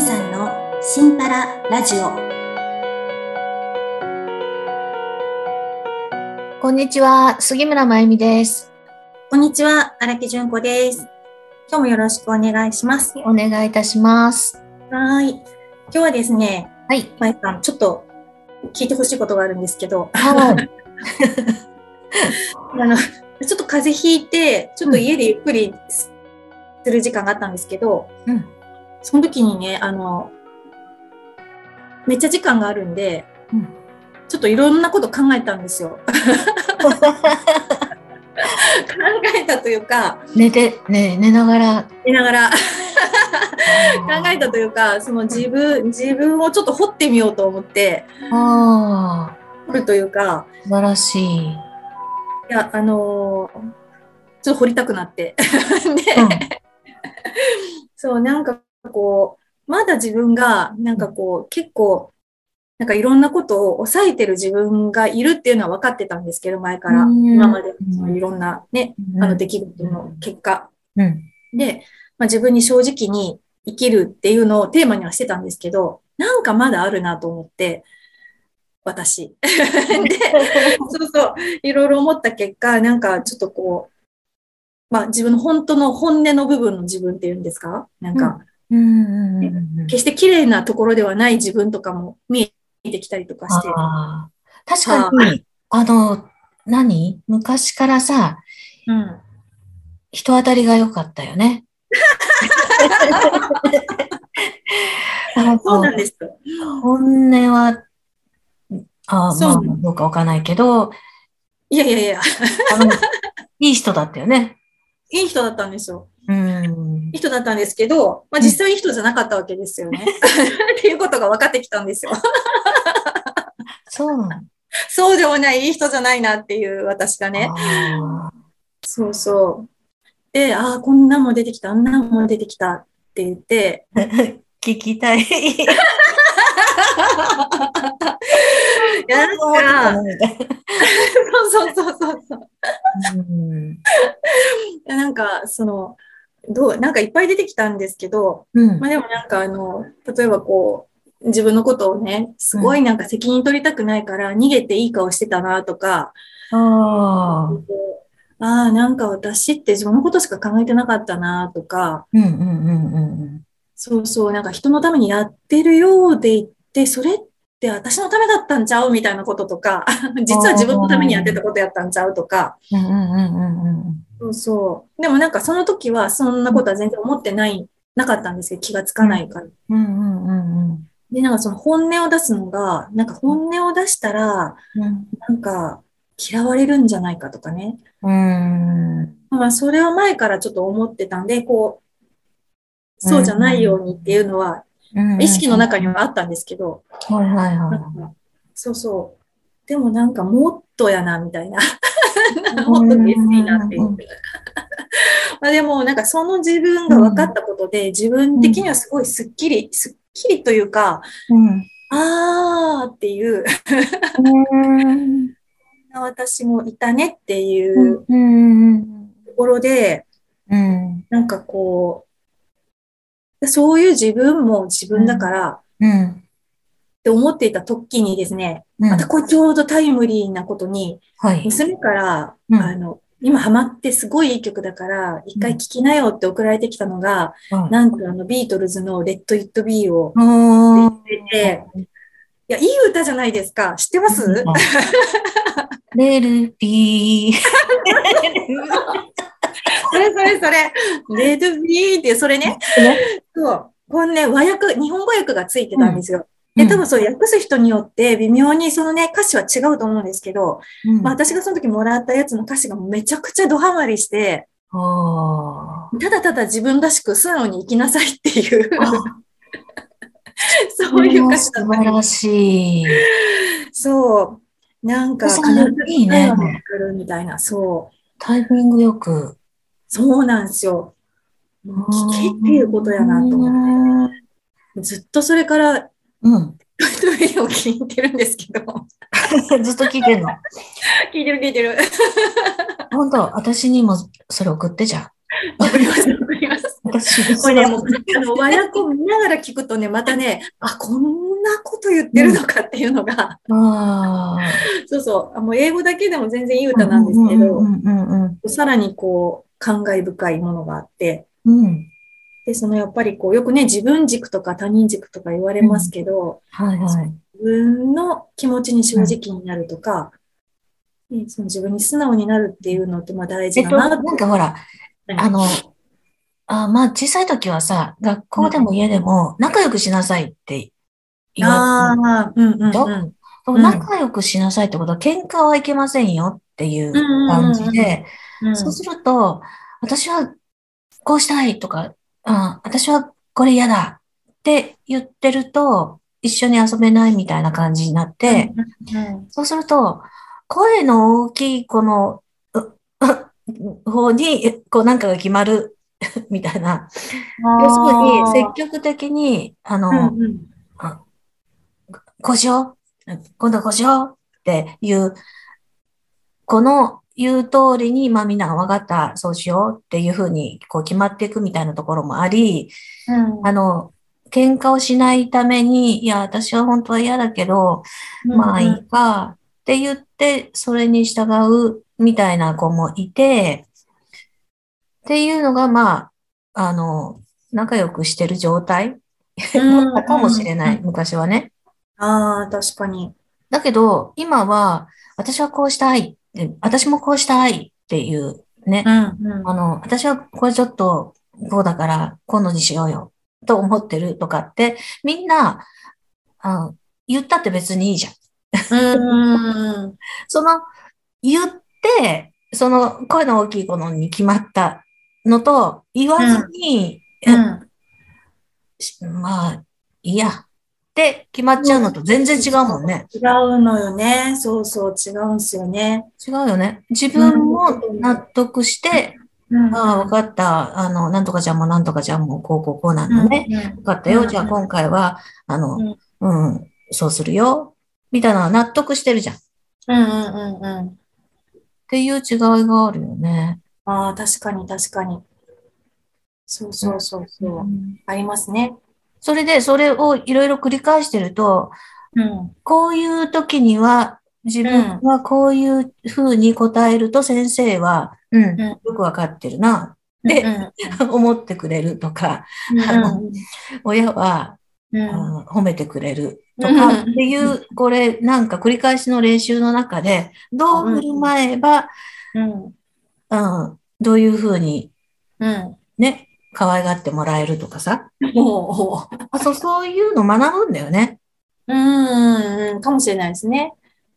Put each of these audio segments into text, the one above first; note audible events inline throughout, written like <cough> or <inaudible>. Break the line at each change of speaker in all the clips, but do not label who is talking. さんのシンパララジオ。
こんにちは、杉村真由美です。
こんにちは、荒木純子です。今日もよろしくお願いします。
お願いいたします。
はい。今日はですね、
はい。
まゆさん、ちょっと聞いてほしいことがあるんですけど、 <laughs>
はい。
あの、ちょっと風邪ひいて、ちょっと家でゆっくりすする時間があったんですけど、
うん
その時にね、あの、めっちゃ時間があるんで、
うん
ちょっといろんなこと考えたんですよ。 <laughs> 考えたというか、
<laughs> 寝て、ね、寝ながら。
言いながら、考
考
えたと
いう。
いうか、その自分、自分をちょっと掘ってみようと思って、
ああ、
掘るというか、
素晴
<laughs>
らしい。
いや、あのーちょっと掘りたくなって。 <laughs> で、そう、なんかこう、まだ自分が、なんかこう、結構、なんかいろんなことを抑えてる自分がいるっていうのは分かってたんですけど、前から。
うん
今まで、そ
うん
のいろんなね、
うん
あの出来事の結果。
うん。
で、まあ、自分に正直に生きるっていうのをテーマにはしてたんですけど、なんかまだあるなと思って、私。 <laughs> で、そうそう、いろいろ思った結果、なんかちょっとこう、まあ自分の本当の本音の部分の自分っていうんですかなんか、
うん。うんうん。
決して綺麗なところではない自分とかも見えてきたりとかして。
ああ。確かに、あの、何昔からさ、
うん。
人当たりが良かったよ
<laughs>
ね。 <laughs> あ
そう
の
なんです。
本音は、ああ、
そ
ま
う
あ、どうかわかんないけど、
いやいやいや、
あのいい人だったよね。
いい人だったんですよ。
うん
いい。人だったんですけど、まあ、実際いい人じゃなかったわけですよ <laughs> ね。っていうことが分かってきたんですよ。
そうなん
そうでもない、いい人じゃないなっていう私がね。
あ
そうそう。で、ああ、こんなんも出てきた、あんなんも出てきたって言って、
ー聞きたい。い
やなんか、そうそうそうそうそう。
うん。
いやなんか、その、どう、なんかいっぱい出てきたんですけど、
うん
まあでもなんかあの、例えばこう、自分のことをね、すごいなんか責任取りたくないから逃げていい顔してたなとか、
あー
ああ、なんか私って自分のことしか考えてなかったなとか、
うんうんうんうん
そうそう、なんか人のためにやってるようでいって、それって私のためだったんちゃうみたいなことと <laughs> か、実は自分のためにやってたことやったんちゃうとか、
うんうんうんうんうん
そうそう。でもなんかその時はそんなことは全然思ってない、なかったんですけど、気がつかないから。
うんうんうんうん
で、なんかその本音を出すのが、なんか本音を出したら、
うん
なんか嫌われるんじゃないかとかね。
うん
まあ、それは前からちょっと思ってたんで、こう、そうじゃないようにっていうのは、
うん
意識の中にはあったんですけど、
はいはいは
なんかそうそう。でもなんかもっとやな、みたいな。
い。
もっと別になってい
うんうん
う。まあでもなんかその自分が分かったことで、自分的にはすごいスッキリ、スッキリというか、
うん
あーっていう、
うん
私もいたねっていう
うんうん
ところで、
うん
なんかこう、そういう自分も自分だから、っ
うん
て思っていた時にですね、
うん
またこれちょうどタイムリーなことに、
はい。
娘から、
うん
あの、今ハマってすごいいい曲だから、一回聴きなよって送られてきたのが、
はい
なんとあのビートルズのレッド・イット・ビーを
うん
出て、いや、いい歌じゃないですか。知ってます、 <laughs>
レルビー。
それそれそれ。レッド・ビーって、それね。そう。このね、和訳、日本語訳がついてたんですよ。で、多分そう、訳す人によって微妙にそのね、歌詞は違うと思うんですけど、
うん、
まあ私がその時もらったやつの歌詞がめちゃくちゃドハマりして、
あ
ただただ自分らしく素直に生きなさいって <laughs> いう、
ー
そういう歌詞だった
素晴
り。
らしい。
そう。なんか、
確かにいい
必
ね
ず答えが来るみたいな、そう。
タイミングよく。
そうなんですよ。もう聞けっていうことやなと思
思って。
って。ずっとそれから、
うん。
トイレを聞いてるんですけど。
<laughs> ずっと聞いてるの。
聞いてる聞いてる。
本当私にもそれ送ってじゃん。
送ります、送ります。
私も
これね、もう、あの、和訳を見ながら聞くとね、またね、あ、こんなこと言ってるのかっていうのが、
<laughs> ああ。
そうそう、あもう英語だけでも全然いい歌なんですけど、
うんうんうん
さらにこう、感慨深いものがあって、
うん。うん。
で、そのやっぱりこう、よくね、自分軸とか他人軸とか言われますけど、
はいはい。
自分の気持ちに正直になるとか、ねその自分に素直になるっていうのってまあ大
え
事
っ
だ
と、
な
な
って
んかほら、あの、あまあ小さい時はさ、学校でも家でも仲良くしなさいって言わ
あ
れて
あ、うんうんうん。
でしょでも
うん
仲良くしなさいってことは喧嘩はいけませんよっていう感じ
うんうん
で、
うん
そうすると、私はこうしたいとか、あ私はこれ嫌だって言ってると、一緒に遊べないみたいな感じになって、
うんうん
そうすると、声の大きい子の、うう方に、こうなんかが決まる <laughs> みたいな。要するに、積極的に、あの、
うんうん
こうしよう今度はこうしようっていう、この言う通りに、まあみんなが分かった、そうしようっていうふうに、こう決まっていくみたいなところもあり、
うん
あの、喧嘩をしないために、いや、私は本当は嫌だけど、まあいいか、って言って、それに従うみたいな子もいて、っていうのが、まあ、あの、仲良くしてる状態だったかもしれない、昔はね。
ああ、確かに。
だけど、今は、私はこうしたい、で私もこうしたいっていうね、
んうん
あの、私はこれちょっと、こうだから、今度にしようよ、と思ってるとかって、みんな、あの言ったって別にいいじゃん。
うん。
その、言って、その声の大きい子のに決まったのと、言わずに、
うん。
しまあ、いいや、って決まっちゃうのと全然違うもんね。
違うのよね。そうそう、違うんすよね。
違うよね。自分も
うん
納得して、
うん
ああ、わかった。あの、なんとかちゃんもなんとかちゃんも、こう、こう、こうなんだね。
うん
わかった
う
よ。
ん
じゃあ今回は、あの
うん、
うん、そうするよ。みたいなのは納得してるじゃん。っ
うんうんうんうん。
ていう違いがあるよね。
ああ、確かに確かに。そうそうそうそう。ありますね。
それで、それをいろいろ繰り返してると、
うん。
こういう時には、自分はこういうふうに答えると先生は、うん、よくわかってるな、 <laughs> で
うん、
思ってくれるとか、
うん
親は、
うん
あの褒めてくれるとかっていう、これなんか繰り返しの練習の中で、どう振る舞えば、
うん
うん、どういうふうに
うん。
ね、可愛がってもらえるとかさ、
も
あそうそういうの学ぶんだよね。
う、うんうん、かもしれないですね。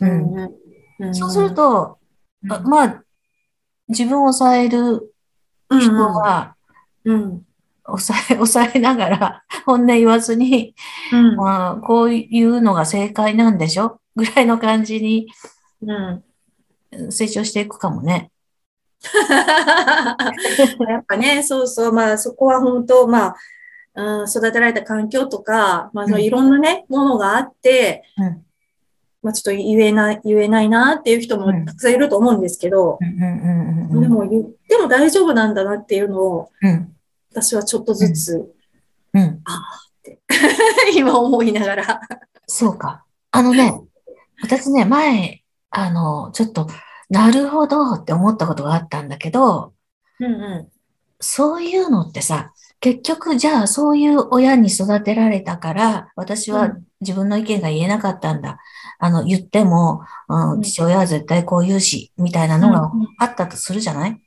うん、
んうん
そうする、と、
うん
あまあ、自分を抑える
うん
人は、
うん
抑え、 <laughs> 抑えながら、本音言わずに、
うん
まあ、こういうのが正解なんでしょぐらいの感じに
うん。
うん成長していくかもね。
<laughs> やっぱね、そうそう、まあそこは本当、まあ、うん、育てられた環境とか、まあその
うん
いろんなね、ものがあって、
うん
まあちょっと言えない、言えないなっていう人も
うん
たくさんいると思うんですけど、
うんうんうんうん
でも言っても大丈夫なんだなっていうのを、
うん
私はちょっとず <laughs> つ、
うん。
今思いながら。
そうか。あのね、私ね、前、あの、ちょっと、なるほどって思ったことがあったんだけど、
うんう
そういうのってさ、結局、じゃあ、そういう親に育てられたから、私
ん。
は自分の意見が言えなかったんだ。あの、言っても、う、
うんん
父親は絶対こう言うし、みたいなのがあったとするじゃない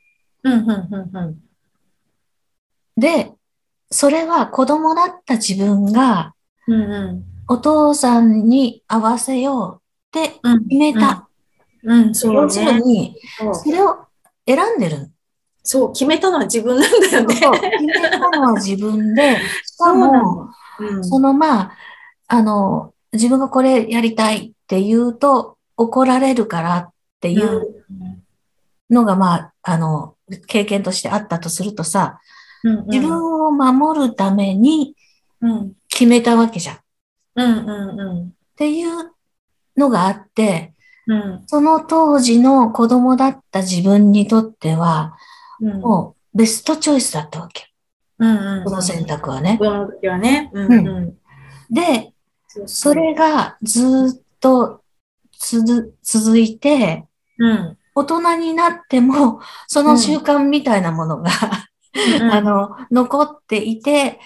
うんうんうんうん。
で、それは子供だった自分が
うんうん。
お父さんに合わせようって
うん
決めた。
うん、そう
要する
ね。
に、
そう
それを選んでる。
そう、決めたのは自分なんだよね。
そう決めたのは自分で、しか
そうな
も、
のうん
そのまあ、あの、自分がこれやりたいって言うと怒られるからっていうのが、まあ、あの、経験としてあったとすると
うんうん
さ、自分を守るために
うん
決めたわけじゃん。っ
うんうんうん
ていうのがあって、
うん
その当時の子供だった自分にとっては、
うん
もうベストチョイスだったわけ。
うんうんうん。
この選択はね
子。供の時はね。うんうん。
で、
う
そ。れがずーっとつづ続いて、
うん。
大人になっても、 <laughs> その習慣みたいなものが、 <laughs> あの、残っていて、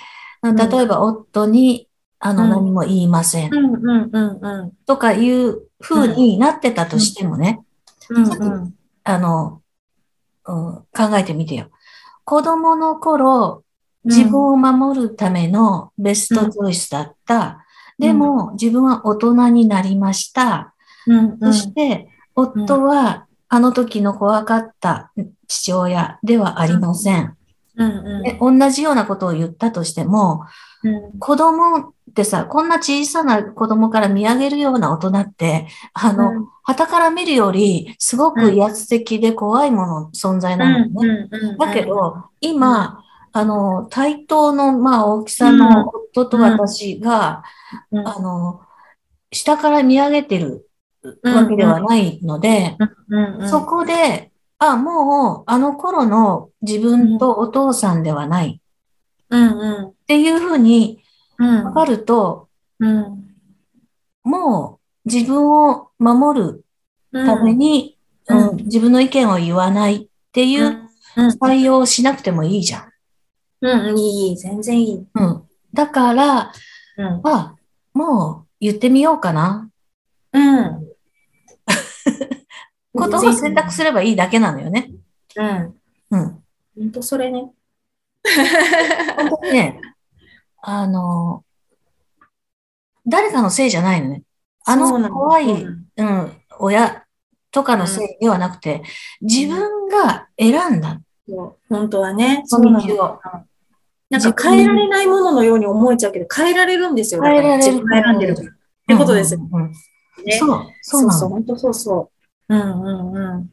ん
例えば夫に、あの、
うん
何も言いません
うんうんうんうん。
とかいう風になってたとしてもね、
うんうん。
あの、うん、考えてみてよ。子供の頃、自分を守るためのベストチョイスだった。
うん
でも、自分は大人になりました。
うんう
そ
ん。
して、夫は、あの時の怖かった父親ではありません。
うんうん
で同じようなことを言ったとしても、
うん
子供ってさ、こんな小さな子供から見上げるような大人って、あの、旗から見るより、すごく威圧的で怖いもの、存在なのね。
うん
だけ、ど、今、あの、対等の、まあ、大きさの夫と私が、
うん
あの、下から見上げてるわけではないので、
うんうん、
そこで、あ、もう、あの頃の自分とお父さんではない
うんうん
っていうふうに
うん
わかると、
うん
もう自分を守るために、
うん
うん自分の意見を言わないっていう採用をしなくてもいいじゃん。
うんうんいいいい全然いい、
うん、だから、
うん
あ、もう言ってみようかな。
うん、
ことを選択すればいいだけなのよね。
うん
うん。
本当それね
ね、あの、誰かのせいじゃないのね。あ
そうな
の
の
怖い、
う
うんん、親とかのせいではなくて、自分が選んだ
そう本当はね
その道を。
なんか変えられないもののように思えちゃうけど変えられるんですよ
変えられる
自分が選んでるからってことですよ
うんうんうん
ね
そう、そうな
そう
の。
本当そうそううんうんうん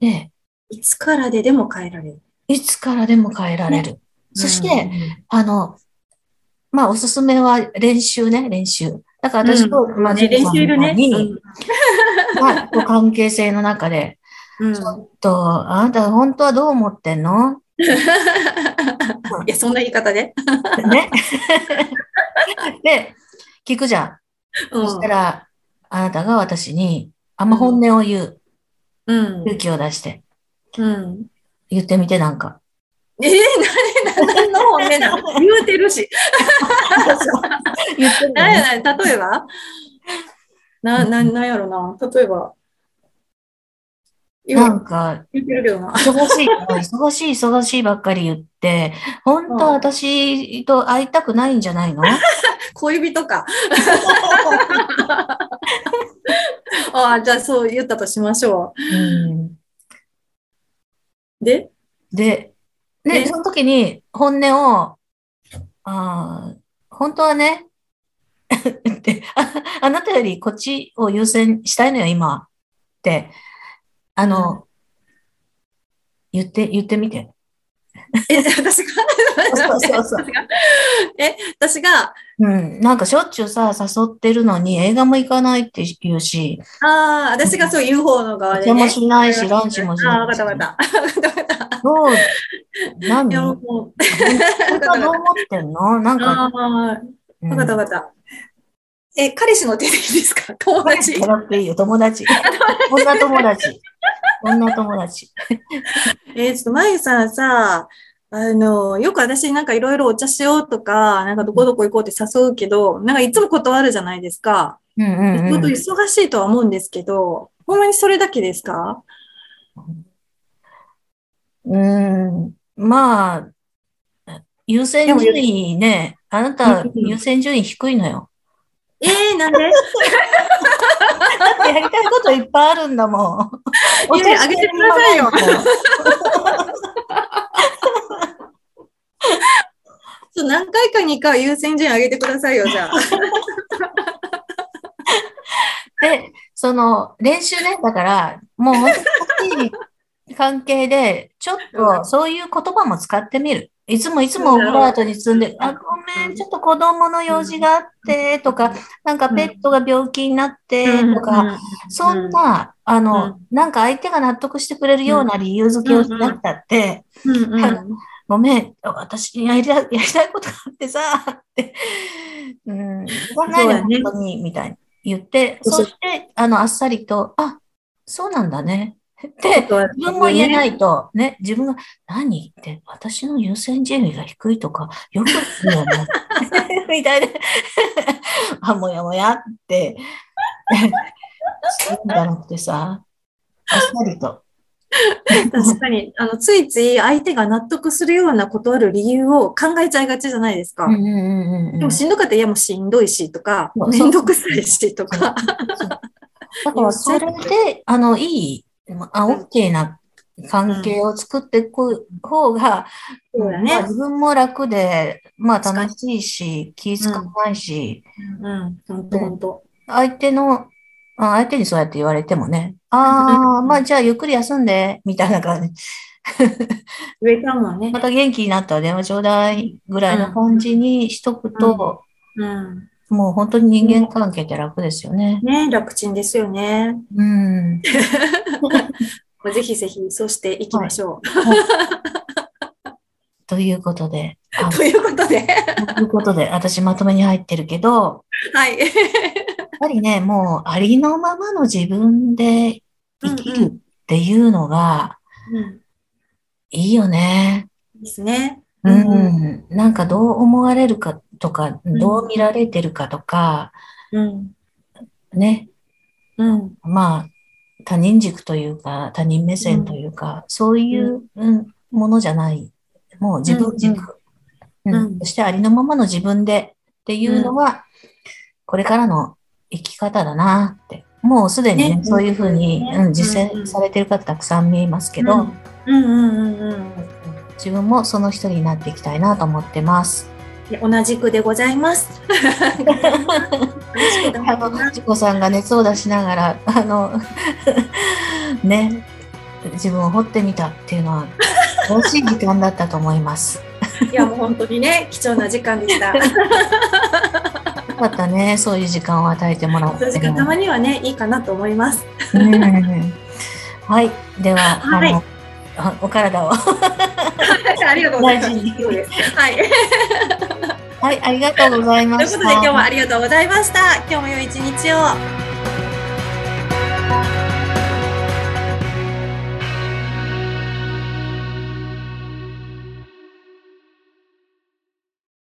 で、
いつからででも変えられる
いつからでも変えられる。そして、あの、まあ、おすすめは練習ね、練習。だから私と、
うん
まあ、
ね、
ジェイ
練
コさん
習いるね、
に、まあこう関係性の中で、
うん
ち
<laughs>
ょっと、あなた本当はどう思ってんの
いやそんな言い方で、
って
<laughs>
ね。で、聞くじゃん。
うん
そしたら、あなたが私に、あんま本音を言う。
うん
勇気を出して。
うん
言ってみて、なんか。
えー、何、
<laughs>
何の本音なの言うてるし。
言ってみて
何や何例えば <laughs> な、な、なんやろな。例えば。言
な
うん
か、
言ってるけどな。 <laughs>
忙しい、 <laughs> 忙しい、忙しいばっかり言って、本当は私と会いたくないんじゃ <laughs> ないの
恋人か。ああ、じゃあそう言ったとしましょ
うん
う。で、
で、
ね
ね、その時に本音を、あー本当はね、 <laughs> ってあ、あなたよりこっちを優先したいのよ、今は。って、あの、言って、言ってみて。
<laughs> え、私が
そうそうそう
私がえ、私が、
うん、なんかしょっちゅうさ、誘ってるのに映画も行かないって言うし、
ああ、私がそう言う方の側
お
で、
茶も
ね。
しないし、ランチもしないし。
ああ、わかったわかった。わかったわかった。
どう、何
いや、も
本
う、
当はどう思ってんのなんか、
ああ、
うん
わかったわかった。え、彼氏の手でいいですか友達。
辛くていいよ、
<laughs>
友達。女友達。女友達。
えーちょっと、まゆさんさ、あの、よく私なんかいろいろお茶しようとか、なんかどこどこ行こうって誘うけど、なんかいつも断るじゃないですか。
うんう
本
ん
当
うん。
忙しいとは思うんですけど、ほんまにそれだけですか <laughs>
うん、まあ、優先順位ね、あなた
うん
優先順位低いのよ。
えー、
<laughs>
なんで
だってやりたいこといっぱいあるんだもん。
いやいやあげてくださいよ
お茶してる暇ないんだよ。
そう何回かにか優先順位上げてくださいよ、じゃあ。
で、その練習ね、だから、もう本当にいい関係で、ちょっとそういう言葉も使ってみる。いつもいつもオブラートに包んで、あ、ごめん、ちょっと子供の用事があって、とか、なんかペットが病気になって、とか、そんな、あの、なんか相手が納得してくれるような理由付けをしなくたって、
うんうん、うんうん。
ごめん、私やりたやりたいことがあってさ、って、うん、言わないで、
そうだね
本当に、みたいに言って、
そう
そ
そう
して、あの、あっさりと、あ、そうなんだね。って、
自。
自分も言えないいと、ね、自分が、何言って、私の優先順位が低いとか、よく言うよね。 <laughs> みたいな。 <laughs> あ、もやもや <laughs> って、そうじゃなくてさ、あっさりと。
確かに、あの、ついつい相手が納得するような断る理由を考えちゃいがちじゃないですか。
うんうんうんうん
でもしんどかったら、いやもうしんどいしとか、
そう
めんどくさいしとか。
だからそれで、あの、いい、あ、オッケーな関係を作っていく方が、
そうだ
まあ
ね。
自分も楽で、まあ
確かに
楽しいし、気遣わないし、
うん、ほんとほんと。
相手の、あ相手にそうやって言われてもね、ああ、まあじゃあゆっくり休んで、みたいな感
<laughs>
じ。
上からもね
ま。た元気になったら電話ちょうだいぐらいの感じにしとくと、
うん。
もう本当に人間関係って楽ですよね。
ね、楽ちんですよね。 <laughs>
うん。
ぜひぜひ、そうしていきましょう。
ということで、あ
<laughs> ということで、
ということで、私まとめに入ってるけど、
はい。
やっぱりね、もうありのままの自分で生きるっていうのが
うん
いいよね。
ですね。
う
うんん。
なんかどう思われるかとか、どう見られてるかとか、
うん。
ね。
うん。
まあ、他人軸というか、他人目線というか、そういう、うん、ものじゃない。もう自分軸。
ん
うん
うん
そしてありのままの自分でっていうのは、これからの生き方だなって。もうすでにね
ね
そういうふうに、
ね
うん、実
うんう
践
ん
されてる方たくさん見えますけど、
うんうんうんうんうん
自分もその一人になっていきたいなと思ってます。
いや。同じくでございます。楽しく
あ
頑張
の
ろうな
ちこさんが熱を出しながら、あの、ね、自分を掘ってみたっていうのは、楽しい時間だったと思います。
いや、もう本当にね、貴重な時間でした。
よかったね、そういう時間を与えてもらっ
そ
て。
う時間たまにはね、いいかなと思います。
うんはい、では、
はい
あのあお体を。
<laughs> ありがとうございます。
大事に
そうですはい。という
はい、ありがとうございま
こと
し
で、
た。
今日もありがとうございました。今日も良い一日を。